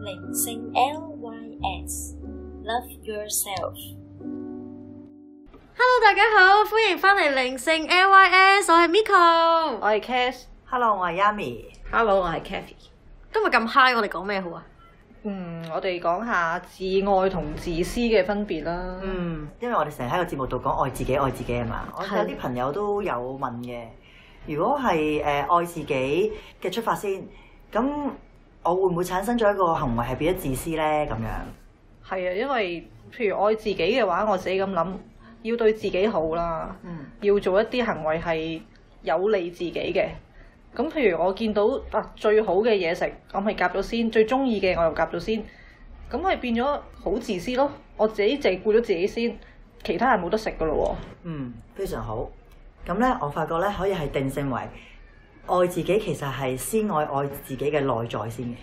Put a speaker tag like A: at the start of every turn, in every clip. A: 靈性 LYS，Love Yourself。
B: Hello，大家好，歡迎翻嚟靈性 LYS，我係 Miko。
C: 我係 Cash，
D: Hello，我係 Yami。
C: Hello，我係 Kathy。
B: 今日咁 high，我哋講咩好啊？
C: 嗯，我哋講下自愛同自私嘅分別啦。
D: 嗯，因為我哋成日喺個節目度講愛自己，愛自己啊嘛。我
B: 係
D: 有啲朋友都有問嘅，如果係誒、呃、愛自己嘅出發先，咁我會唔會產生咗一個行為係變咗自私呢？咁樣
C: 係啊，因為譬如愛自己嘅話，我自己咁諗，要對自己好啦，
D: 嗯
C: 要做一啲行為係有利自己嘅。咁譬如我見到啊最好嘅嘢食，我咪夾咗先；最中意嘅我又夾咗先。咁咪變咗好自私咯。我自己淨係顧咗自己先，其他人冇得食噶咯
D: 嗯，非常好。咁呢，我發覺呢，可以係定性為愛自己，其實係先愛愛自己嘅內在先嘅。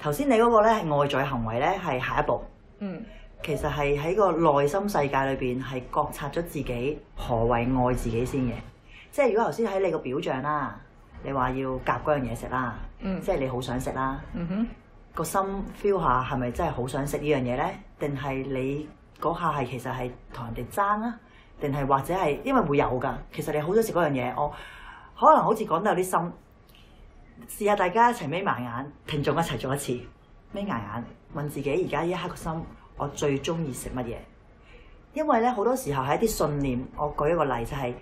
D: 頭先你嗰個呢，係外在行為呢，係下一步。
C: 喎。嗯，
D: 其實係喺個內心世界裏邊係覺察咗自己何為愛自己先嘅，即係如果頭先喺你個表象啦，你話要夾嗰樣嘢食啦，
C: 嗯
D: 即係你好想食啦，
C: 嗯哼，
D: 個心 feel 下係咪真係好想食呢樣嘢呢？定係你嗰下係其實係同人哋爭啊？定係或者係因為會有㗎，其實你好想食嗰樣嘢，我可能好似講得有啲深，試下大家一齊眯埋眼，聽眾一齊做一次，眯埋眼問自己而家呢一刻個心，我最中意食乜嘢？因為咧好多時候係一啲信念，我舉一個例就係、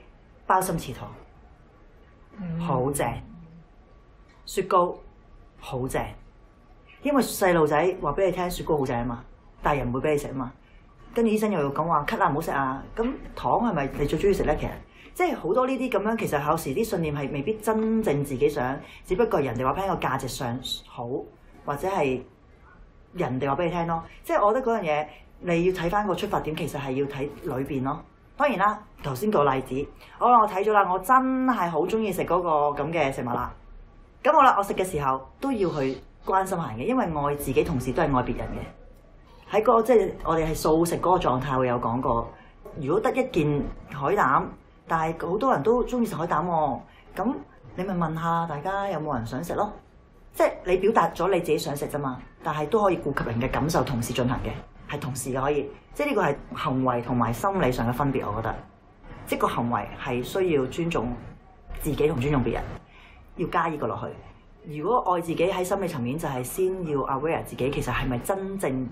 D: 包心翅糖，
E: 嗯
D: 好正；雪糕好正，因為細路仔話俾你聽雪糕好正啊嘛，大人唔會俾你食啊嘛。跟住醫生又要講話咳啊唔好食啊，咁糖係咪你最中意食咧？其實即係好多呢啲咁樣，其實有時啲信念係未必真正自己想，只不過人哋話俾你聽個價值上好，或者係人哋話俾你聽咯。即係我覺得嗰樣嘢，你要睇翻個出發點，其實係要睇裏邊咯。當然啦，頭先個例子，好啦，我睇咗啦，我真係好中意食嗰個咁嘅食物啦。咁好啦，我食嘅時候都要去關心下人嘅，因為愛自己同時都係愛別人嘅。喺嗰個即係我哋係素食嗰個狀態，會有講過。如果得一件海膽，但係好多人都中意食海膽喎、咁你咪問下大家有冇人想食咯？即係你表達咗你自己想食啫嘛，但係都可以顧及人嘅感受，同時進行嘅，係同時嘅可以。即係呢個係行為同埋心理上嘅分別，我覺得。即係個行為係需要尊重自己同尊重別人，要加呢個落去。如果愛自己喺心理層面，就係先要 aware 自己其實係咪真正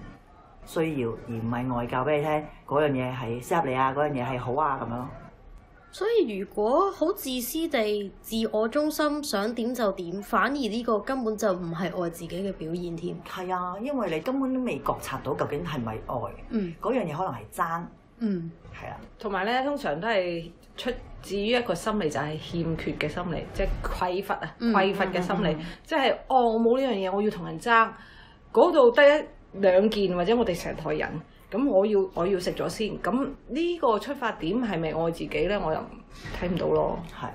D: 需要，而唔係外教俾你聽嗰樣嘢係適合你啊，嗰樣嘢係好啊咁樣咯。
B: 所以如果好自私地自我中心，想點就點，反而呢個根本就唔係愛自己嘅表現添。
D: 係啊，因為你根本都未覺察到究竟係咪愛
B: 嗯
D: 嗰樣嘢，可能係爭
B: 嗯，
D: 係啊。
E: 同埋咧，通常都係出自於一個心理，就係、欠缺嘅心理，即係匱乏啊，
B: 嗯
E: 匱乏嘅心理，即係哦，我冇呢樣嘢，我要同人爭，嗰度得一兩件或者我哋成台人，咁我要我要食咗先，咁呢個出發點係咪愛自己咧？我又睇唔到咯。
D: 係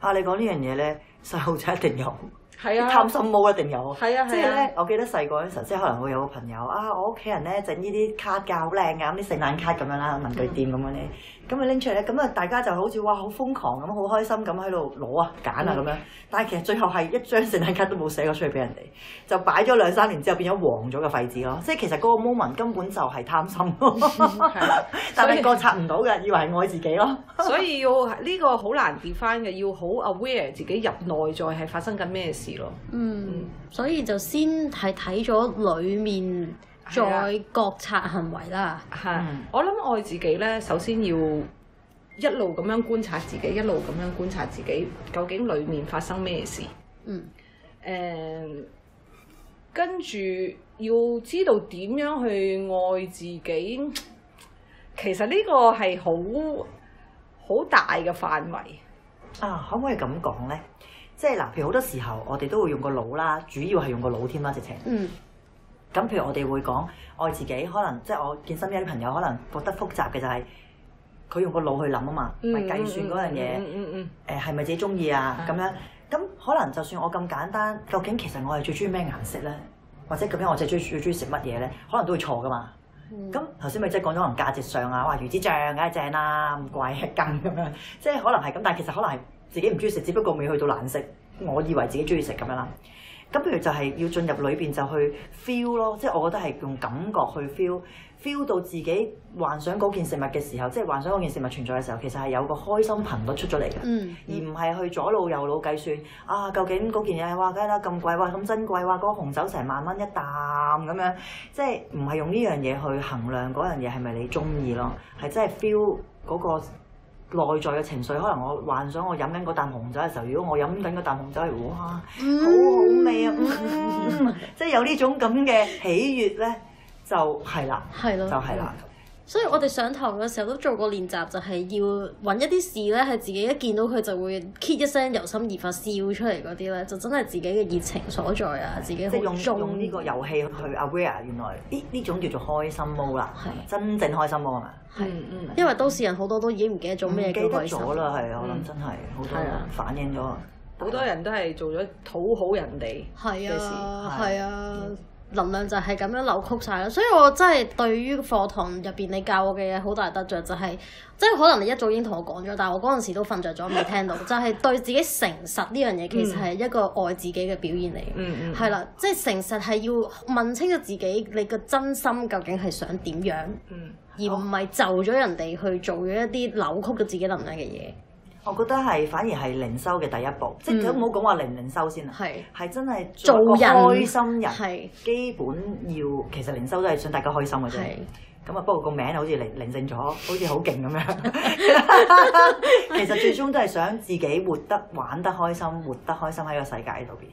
D: 啊，你講呢樣嘢咧，細路仔一定有，
E: 係
D: 啲
E: 啊，
D: 貪心毛一定有。
E: 係啊，
D: 即係
E: 係啊
D: 咧，，我記得細個嗰陣時候，即係可能會有個朋友啊，我屋企人咧整呢啲卡㗎，好靚㗎，啊咁啲聖誕卡咁樣啦，文具店咁樣咧，咁你拎出嚟咧，咁啊大家就好似哇好瘋狂咁，好開心咁喺度攞啊揀
E: 嗯
D: 啊咁樣，但係其實最後係一張聖誕卡都冇寫過出去俾人哋，就擺咗兩三年之後變咗黃咗嘅廢紙咯，即係其實嗰個 moment 根本就係貪心 咯，
E: 哦
D: 但係覺察唔到嘅，以為係愛自己咯，
E: 所以要呢、個好難 define 嘅，要好 aware 自己入內在係發生緊咩事咯。
B: 嗯，所以就先係睇咗裡面，
E: 係啊
B: 再覺察行為啦。
E: 係
D: 嗯，
E: 我諗愛自己咧，首先要一路咁樣觀察自己，一路咁樣觀察自己，究竟裡面發生咩事？
B: 嗯
E: 誒、跟住要知道點樣去愛自己，其實呢個係好好大嘅範圍。
D: 啊可唔可以咁講咧？即係嗱，譬如好多時候我哋都會用個腦啦，主要係用個腦添啦，直情。
B: 嗯
D: 咁譬如我哋會講愛自己，可能即係我見身邊有啲朋友可能覺得複雜嘅就係、佢用個腦去諗啊嘛，咪計算嗰樣
E: 嗯
D: 嘢，
E: 嗯嗯
D: 誒呃係咪自己中意啊
E: 係
D: 咁樣。咁可能就算我咁簡單，究竟其實我係最中意咩顏色咧？或者究竟我最最最中意食乜嘢咧？可能都會錯噶嘛。咁頭先咪即係講咗可能價值上啊，哇魚子醬梗係正啦，咁貴一羹咁樣， 即係可能係咁，但係其實可能係自己唔中意食，只不過未去到難食，我以為自己中意食咁樣啦。咁譬如就係要進入裏邊就去 feel 咯，即係我覺得係用感覺去 feel，feel 到自己幻想嗰件食物嘅時候，即係幻想嗰件食物存在嘅時候，其實係有個開心頻率出咗嚟嘅。
B: 嗯，
D: 而唔係去左腦右腦計算啊，究竟嗰件嘢哇，梗係啦咁貴哇，咁珍貴哇，嗰、個紅酒成萬蚊一啖咁樣，即係唔係用呢樣嘢去衡量嗰樣嘢係咪你中意咯？係真係 feel 嗰個內在嘅情緒。可能我幻想我飲緊嗰啖紅酒嘅時候，如果我飲緊嗰啖紅酒係哇，好好味啊，嗯 即係有呢種咁嘅喜悅咧，就係啦，
B: 係
D: 就
B: 咯。
D: 係啦，
B: 所以我哋上堂嘅時候都做過練習，就係要揾一啲事咧，係自己一見到佢就會 k 一聲由心而發笑出嚟嗰啲咧，就真係自己嘅熱情所在啊！自己
D: 即
B: 好
D: 係用
B: 中
D: 用呢個遊戲去 aware 原來呢呢種叫做開心毛啦
B: 係，
D: 真正開心啊毛係咪？
E: 嗯嗯，
B: 因為都市人好多都已經唔記得咗咩
D: 唔
B: 叫
D: 記得
B: 開心
D: 咗啦，係啊
E: 嗯
D: 我諗真係好多
E: 係啊
D: 人反映咗啊。
E: 好多人都係做咗討好人哋。
B: 係
E: 嘅事
B: 啊，
D: 係
B: 係啊，能量就係咁樣扭曲晒啦。所以我真係對於課堂入邊你教我嘅嘢好大得着，就係、即係可能你一早已經同我講咗，但係我嗰陣時都瞓着咗未 聽到，就係對自己誠實呢樣嘢其實係一個愛自己嘅表現嚟嘅。
E: 嗯嗯，
B: 係啦，即係誠實係要問清楚自己，你個真心究竟係想點樣，
E: 嗯
B: 而唔
D: 哦
B: 係就咗人哋去做咗一啲扭曲咗自己能量嘅嘢。
D: 我覺得係反而係靈修嘅第一步，即係
B: 嗯
D: 唔好講話靈唔靈修先啦，啊
B: 係
D: 係真係
B: 做
D: 做個
B: 人
D: 開心嗯人，
B: 係
D: 基本要其實靈修都係想大家開心嘅啫。
B: 係
D: 咁啊，不過個名好似靈靈性咗，好似好勁咁 樣。其實最終都係想自己活得玩得開心，活得開心喺個世界度邊。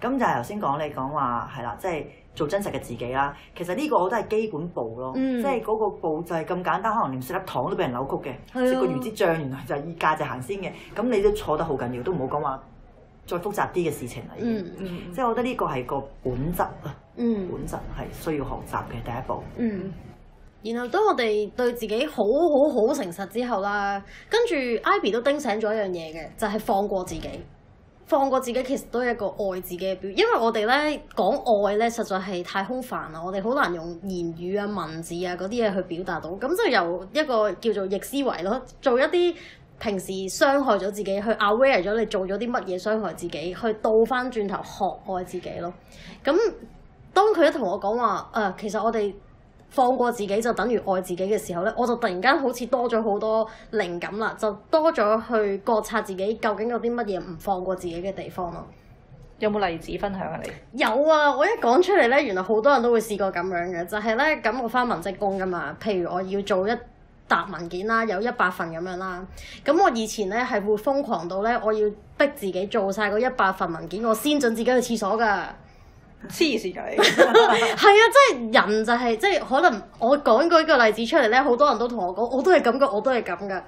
D: 咁就係頭先講你講話係啦，即係做真實嘅自己啦。其實呢個我都係基本步咯，
B: 嗯
D: 即係嗰個步就係咁簡單，可能連食粒糖都俾人扭曲
B: 係啊
D: 嘅，食個魚子醬原來就係以價值行先嘅。咁你都錯得好緊要，都唔好講話再複雜啲嘅事情啦。已經
B: 嗯
E: 嗯
D: 即係我覺得呢個係個本質啊，
B: 嗯。
D: 本質係需要學習嘅第一步。
B: 嗯，然後當我哋對自己好好好誠實之後啦，跟住 Ivy 都叮醒咗一樣嘢嘅，就係、放過自己。放過自己其實都係一個愛自己嘅表，因為我哋咧講愛咧實在係太空泛啦，我哋好難用言語啊、文字啊嗰啲嘢去表達到，咁就由一個叫做逆思維咯，做一啲平時傷害咗自己，去 aware 咗你做咗啲乜嘢傷害自己，去倒翻轉頭學愛自己咯。咁當佢一同我講話誒，其實我哋放過自己就等於愛自己嘅時候呢，我就突然間好似多咗好多靈感啦，就多咗去覺察自己究竟有啲乜嘢唔放過自己嘅地方咯。
C: 有冇例子分享啊？你
B: 有啊！我一講出嚟呢，原來好多人都會試過咁樣嘅，就係呢。咁我翻文職工噶嘛，譬如我要做一沓文件啦，有一百份咁樣啦。咁我以前呢係會瘋狂到呢，我要逼自己做晒嗰一百份文件，我先準自己去廁所㗎。
C: 黐線㗎你！
B: 係啊，即係人就係、即係可能我講嗰個例子出嚟咧，好多人都同我講，我都係咁噶，我都係咁噶。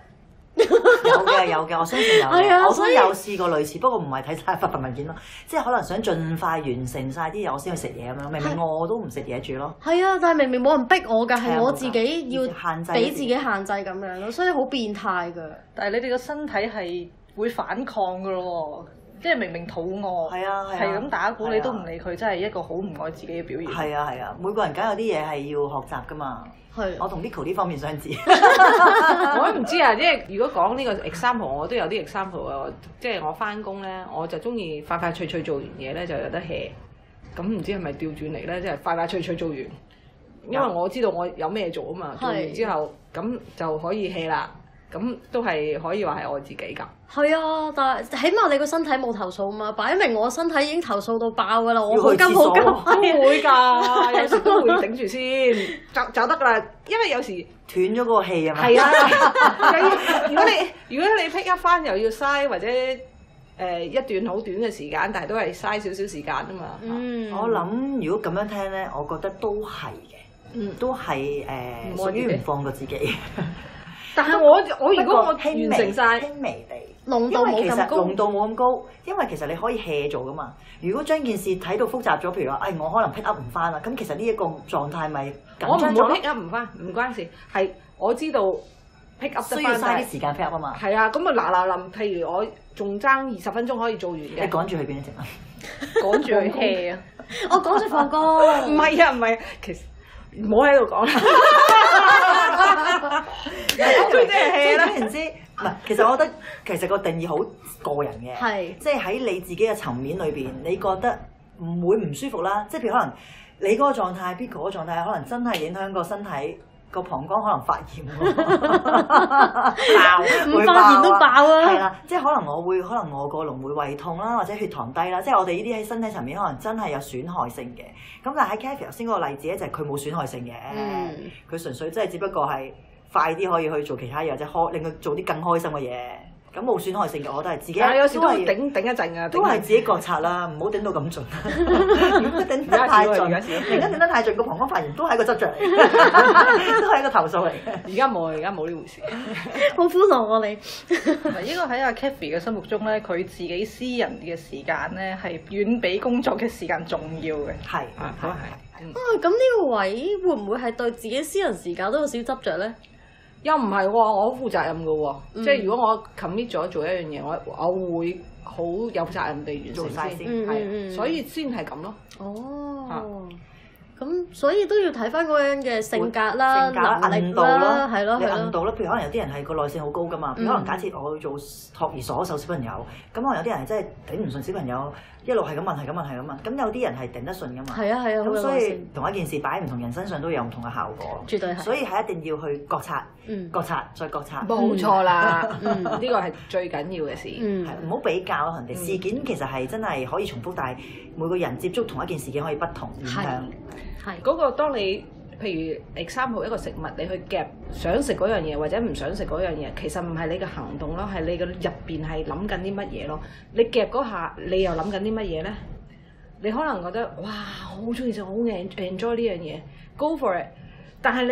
D: 有嘅有嘅，我相信有
B: 係啊
D: 嘅，我都
B: 所以
D: 有試過類似，不過唔係睇晒發份文件咯，即係可能想盡快完成晒啲嘢，我先去食嘢咁樣。明
B: 係
D: 明我都唔食嘢住咯，
B: 係啊，但係明明冇人逼我㗎，
D: 係
B: 係
D: 啊
B: 我自己要
D: 限制
B: 俾自己限制咁樣咯，所以好變態㗎。
C: 但係你哋個身體係會反抗㗎咯喎，即係明明肚餓，
D: 係啊係啊
C: 係咁打鼓
D: 係啊
C: 你都唔理佢，真係一個好唔愛自己嘅表現。
D: 係啊係啊，每個人梗有啲嘢係要學習噶嘛。
B: 係
D: 我同 Nico 呢方面相似，
E: 我都唔知啊，因為如果講呢個 example，我都有啲 example 啊，即係我翻工咧，我就中意快快脆脆做完嘢咧就有得 hea。咁唔知係咪調轉嚟咧，即係快快脆脆做完，因
D: 啊
E: 為我知道我有咩做啊嘛，做完之後咁就可以 hea 啦。咁都係可以話係愛自己㗎。
B: 係啊，但係起碼你個身體冇投訴啊嘛，擺明我身體已經投訴到爆㗎啦，我好
D: 要去
B: 急
D: 廁所
B: 好 急。
E: 會 㗎，有時都會頂住先，就就得㗎啦。因為有時。
D: 斷咗個氣啊嘛。
E: 係 啊，又要如果你如果你 pick up 翻又要嘥或者誒、呃一段好短嘅時間，但係都係嘥少少時間啊嘛。
B: 嗯，
D: 我諗如果咁樣聽咧，我覺得都係嘅，
E: 嗯，
D: 都係誒屬於唔放過自己。
E: 但係我我如果我
D: 輕微
E: 完成晒，
D: 輕微地。
B: 濃
D: 因
B: 度
D: 為
B: 冇
D: 其實
B: 咁高
D: 濃。度冇咁高，因為其實你可以 hea 做噶嘛。如果將件事睇到複雜咗，譬如話，哎，我可能 pick up 唔翻啦，咁其實呢一個狀態咪
E: 我唔
D: 緊張咗
E: 會
D: 咯
E: pick up 唔翻，唔關事。係我知道 pick up 得
D: 需要
E: 翻，
D: 嘥
E: 但
D: 啲
E: 係
D: 時間 pick up 啊嘛。
E: 係啊，咁啊嗱嗱臨，譬如我仲爭二十分鐘可以做完
D: 你
E: 嘅，
D: 趕住去邊一隻啊？
C: 趕住去 hea 啊！
B: 我講咗放工
E: 唔。係啊，唔係啊，其實唔好喺度講 啦。佢真係啊 hea
D: 咁
E: 啦
D: 總言之，唔係，其實我覺得其實個定義好個人嘅，
B: 係
D: 即係喺你自己嘅層面裏邊，你覺得唔會唔舒服啦。即係譬如可能你嗰個狀態，B 嗰個狀態，可能真係影響個身體個膀胱可能發炎喎，
B: 唔
D: 爆 會
B: 發炎都爆
D: 係
B: 啊！
D: 啦，即係可能我會，可能我個龍會胃痛啦，或者血糖低啦，即係我哋呢啲喺身體層面可能真係有損害性嘅。咁但係喺 c a t h y 頭先嗰個例子咧，就係佢冇損害性嘅，
B: 嗯，
D: 佢、純粹真係只不過係快啲可以去做其他嘢，或者開令佢做啲更開心嘅嘢。咁冇損害性嘅，我覺得係自己
E: 但係有時都
D: 係
E: 會頂頂一陣㗎，
D: 都係
E: 頂
D: 自己覺察啦，唔好頂 到咁盡，如果頂得太盡，
E: 而家少啊而家少
D: 突然間頂得太盡，個膀胱發炎都係一個執着 嚟，都係一個投訴嚟嘅。
E: 而家冇，而家冇呢回事。
B: 好歡樂我你，
C: 嗱，呢個喺阿 Kathy 嘅心目中咧，佢自己私人嘅時間咧係遠比工作嘅時間重要嘅。
D: 係，
E: 啊，咁係，嗯
B: 啊咁呢個位會唔會係對自己私人時間都有少少執着咧？
E: 又唔係喎，我好負責任嘅喎，
B: 嗯
E: 即係如果我 commit 咗做一樣嘢，我我會好有責任地完
D: 做
E: 成
D: 晒
E: 先，
D: 先
B: 嗯嗯嗯
E: 係，所以先係咁咯。
B: 哦，咁所以都要睇翻嗰個人嘅性格啦、
D: 性格啦、
B: 啊能
D: 硬
B: 力
D: 度啦
B: 啦，，係咯嗯
D: 你硬
B: 係咯，
D: 度啦。譬如可能有啲人係個耐性好高噶嘛，譬如可能假設我去做托兒所受小朋友，咁可能有啲人係真係頂唔順小朋友，一路係咁問係咁問係咁問，咁有啲人係頂得順噶嘛。
B: 係啊係啊，好
D: 咁
B: 有
D: 所
B: 耐
D: 以
B: 性，
D: 同一件事擺喺唔同人身上都有唔同嘅效果，
B: 絕對係，
D: 所以係一定要去覺察、
B: 嗯
D: 覺察再覺察。
E: 冇錯啦，
B: 嗯
E: 呢個係最緊要嘅事。
B: 嗯
D: 係唔好比較啊同人哋事件，其實係真係可以重複，但係每個人接觸同一件事件可以不同影響。
B: 係，
E: 嗰個當你譬如 example 一個食物，你去夾想食嗰樣嘢或者唔想食嗰樣嘢，其實唔係你嘅行動咯，係你嘅入邊係諗緊啲乜嘢咯。你夾嗰下，你又諗緊啲乜嘢咧？你可能覺得哇，好中意食，好 en- enjoy 呢樣嘢，go for it。但係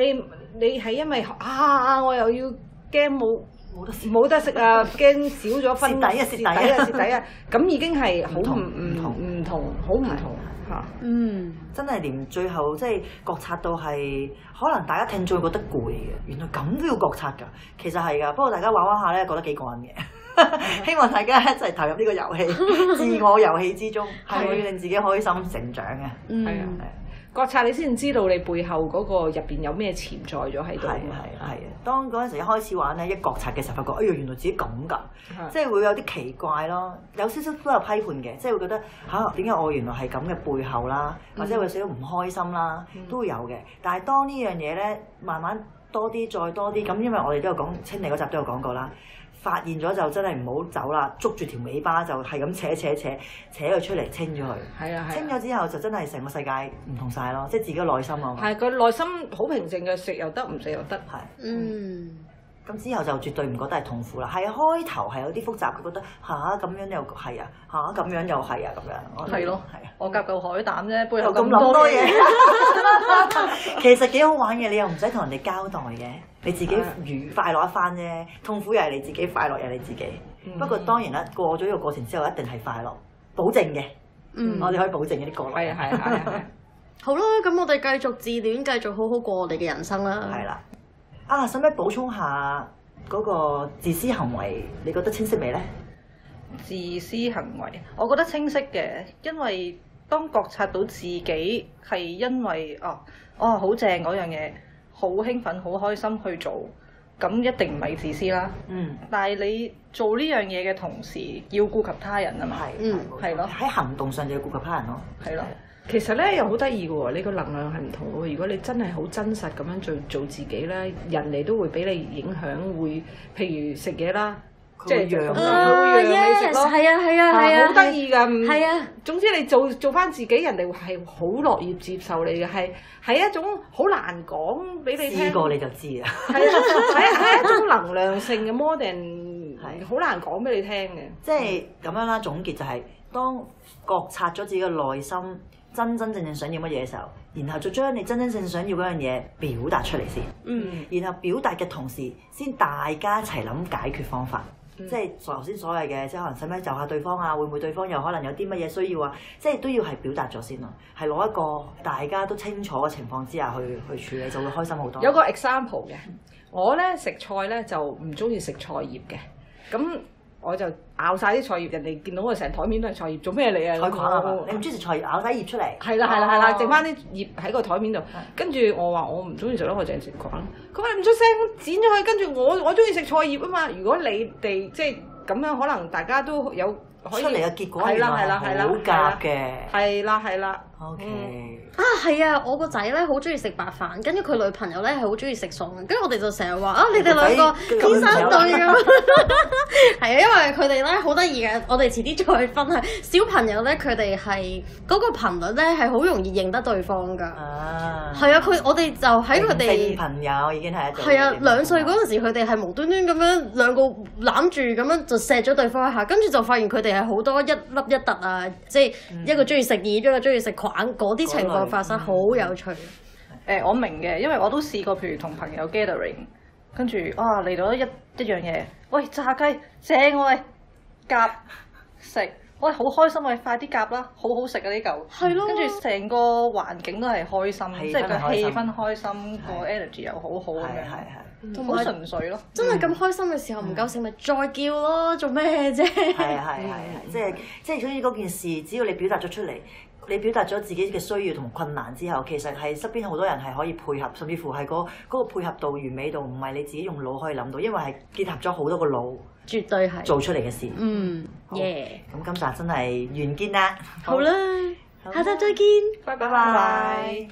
E: 你你係因為啊，我又要驚冇
D: 冇得
E: 冇得食 啊，驚少咗分
D: 蝕底啊蝕
E: 蝕
D: 底
E: 底
D: 啊
E: 啊，蝕底啊，咁已經係好
D: 唔同
E: 唔
D: 唔同
E: 唔唔同，好唔同嚇。
B: 嗯
D: 真係連最後即係覺察到係，可能大家聽眾會覺得攰嘅，原來咁都要覺察㗎。其實係㗎，不過大家玩玩下咧，覺得幾過癮 嘅。希望大家一齊投入呢個 遊戲，自我遊戲之中，係會令自己開心成長嘅。
E: 係啊
B: 嗯，
E: 覺察你先知道你背後嗰個入邊有咩潛在咗喺
D: 係
E: 度
D: 係
E: 啊
D: 啊
E: 嘛，
D: 係啊！當嗰陣時一開始玩咧，一覺察嘅時候，發覺哎呀原來自己咁㗎，
E: 係
D: 即係會有啲奇怪咯，有少少都有批判嘅，即係會覺得嚇點解我原來係咁嘅背後啦，
E: 嗯
D: 或者會有少少唔開心啦，都會有嘅。但係當呢樣嘢咧，慢慢多啲再多啲，咁因為我哋都有講清理嗰集都有講過啦。發現咗就真係唔好走啦，捉住條尾巴就係咁扯扯扯扯佢出嚟，清咗佢。
E: 係啊
D: 清
E: 係啊，
D: 咗之後就真係成個世界唔同晒咯，即係自己嘅內心啊嘛。
E: 係佢內心好平靜嘅，食又得，唔食又得。
D: 係。
B: 嗯。
D: 咁之後就絕對唔覺得係痛苦啦，係啊開頭係有啲複雜，佢覺得吓咁樣又係啊，吓咁樣又係啊咁樣，我
C: 係咯
D: 係啊，
C: 我夾嚿海膽啫，背後
D: 又咁
C: 咁
D: 諗
C: 多
D: 多
C: 嘢。
D: 嘢， 其實幾好玩嘅，你又唔使同人哋交代嘅，你自己
C: 啊
E: 係
D: 愉快樂一番啫，痛苦又係你自己，快樂又係你自己。
E: 嗯
C: 嗯
D: 不過當然啦，過咗呢個過程之後，一定係快樂，保證嘅，
B: 嗯，
D: 我哋可以保證呢啲過
E: 係
D: 樂
E: 啊，係啊係啊係啊，
B: 好啦，咁我哋繼續自戀，繼續好好過我哋嘅人生啦。
D: 係啦。啊，使唔使補充下嗰個自私行為？你覺得清晰未呢？
C: 自私行為，我覺得清晰嘅，因為當覺察到自己係因為哦哦好正嗰樣嘢，好興奮、好開心去做，咁一定唔係自私啦。
D: 嗯。
C: 但係你做呢樣嘢嘅同時，要顧及他人啊嘛，
D: 係，
B: 嗯
D: 係
C: 係
D: 咯，
C: 咯
D: 喺行動上就要顧及他人咯。
C: 係咯，
E: 其實咧又好得意嘅喎，你個能量係唔同嘅喎。如果你真係好真實咁樣做做自己咧，人哋都會俾你影響，會譬如食嘢啦，
D: 佢
E: 即
D: 會
E: 係就
D: 讓
E: 咁
D: 你
C: 嗯
E: 樣
B: 啊
E: 佢會讓你食
B: ，yes，
E: 咯，
B: 係啊，係啊，係
E: 啊
B: 啊，
E: 好得意㗎，唔
B: 係啊，
E: 總之你做做翻自己，人哋係好樂意接受你嘅，係係一種好難講俾你聽
D: 試，過你就知啦，
E: 係啊係啊係一種能量性嘅 modern，
D: 係
E: 好難講俾你聽嘅。
D: 即係咁樣啦。總結就係、當覺察咗自己嘅內心真真正正想要乜嘢嘅時候，然後就將你真真正正想要嗰樣嘢表達出嚟先，
B: 嗯，
D: 然後表達嘅同時，先大家一齊諗解決方法。
F: 嗯
D: 即係頭先所謂嘅，即係可能使唔使就下對方啊？會唔會對方又可能有啲乜嘢需要啊？即係都要係表達咗先咯，係攞一個大家都清楚嘅情況之下去去處理，就會開心好
E: 嗯
D: 多。
E: 有個 example 嘅，我咧食菜咧就唔中意食菜葉嘅，咁我就咬晒啲菜葉，人哋見到我成台面都係菜葉，做咩你啊？
D: 菜菌啊嘛
E: 我，
D: 你唔中意食菜咬晒葉出嚟，
E: 係啦係啦係啦，
D: 哦
E: 剩翻啲葉喺個台面度。跟住我話我唔中意食咯，我淨係食講。佢話你唔出聲，剪咗佢。跟住我我中意食菜葉啊嘛。如果你哋即係咁樣，可能大家都有
F: 可以
D: 出嚟嘅結果
F: 係
D: 原
F: 啦係
D: 來
F: 啦係啦
D: 係好夾嘅。
F: 係啦係啦，
D: OK，
B: 啊，係啊！我個仔咧好中意食白飯，跟住佢女朋友咧係好中意食餸嘅，跟住我哋就成日話啊，你哋兩個
D: 個仔
B: 天生對咁。 係啊，因為佢哋咧好得意嘅，我哋遲啲再分享。小朋友咧，佢哋係嗰個頻率咧係好容易認得對方㗎。
D: 啊，
B: 係啊，佢我哋就喺佢
D: 正
B: 哋。
D: 朋友已經係一對
B: 係啊，兩歲嗰陣時，佢哋係無端端咁樣兩個攬住咁樣就錫咗對方一下，跟住就發現佢哋係好多一粒一突啊，即係一個中意食耳，一個中意食框，嗰嗯啲情況發生好有趣。
E: 誒、我明嘅，因為我都試過，譬如同朋友 gathering，跟住啊嚟到一一樣嘢，喂炸雞正喎喂，夾食，喂好開心喂，快啲夾啦，好好食啊呢嚿，
B: 係咯
E: 跟住成個環境都係開心，
D: 氣
E: 即係
D: 氛
E: 個
D: 開心
E: 氣氛開心，個 energy 又好好
D: 係
E: 咁
D: 係
E: 樣，
B: 同
E: 好
B: 埋
E: 純粹咯。
B: 真係咁開心嘅時候唔夠食咪再叫咯，做咩啫？
D: 係啊 係係係，即係即係，所以嗰件事，只要你表達咗出嚟，你表達咗自己嘅需要同困難之後，其實係身邊好多人係可以配合，甚至乎係嗰嗰個配合度完美度，唔係你自己用腦可以諗到，因為係結合咗好多個腦
B: 絕對係。
D: 做出嚟嘅事。
B: 嗯，
D: 好
B: 耶，
D: 咁今集真係完結啦，
B: 好啦，
D: 好
B: 下集再見。
E: 拜
D: 拜拜。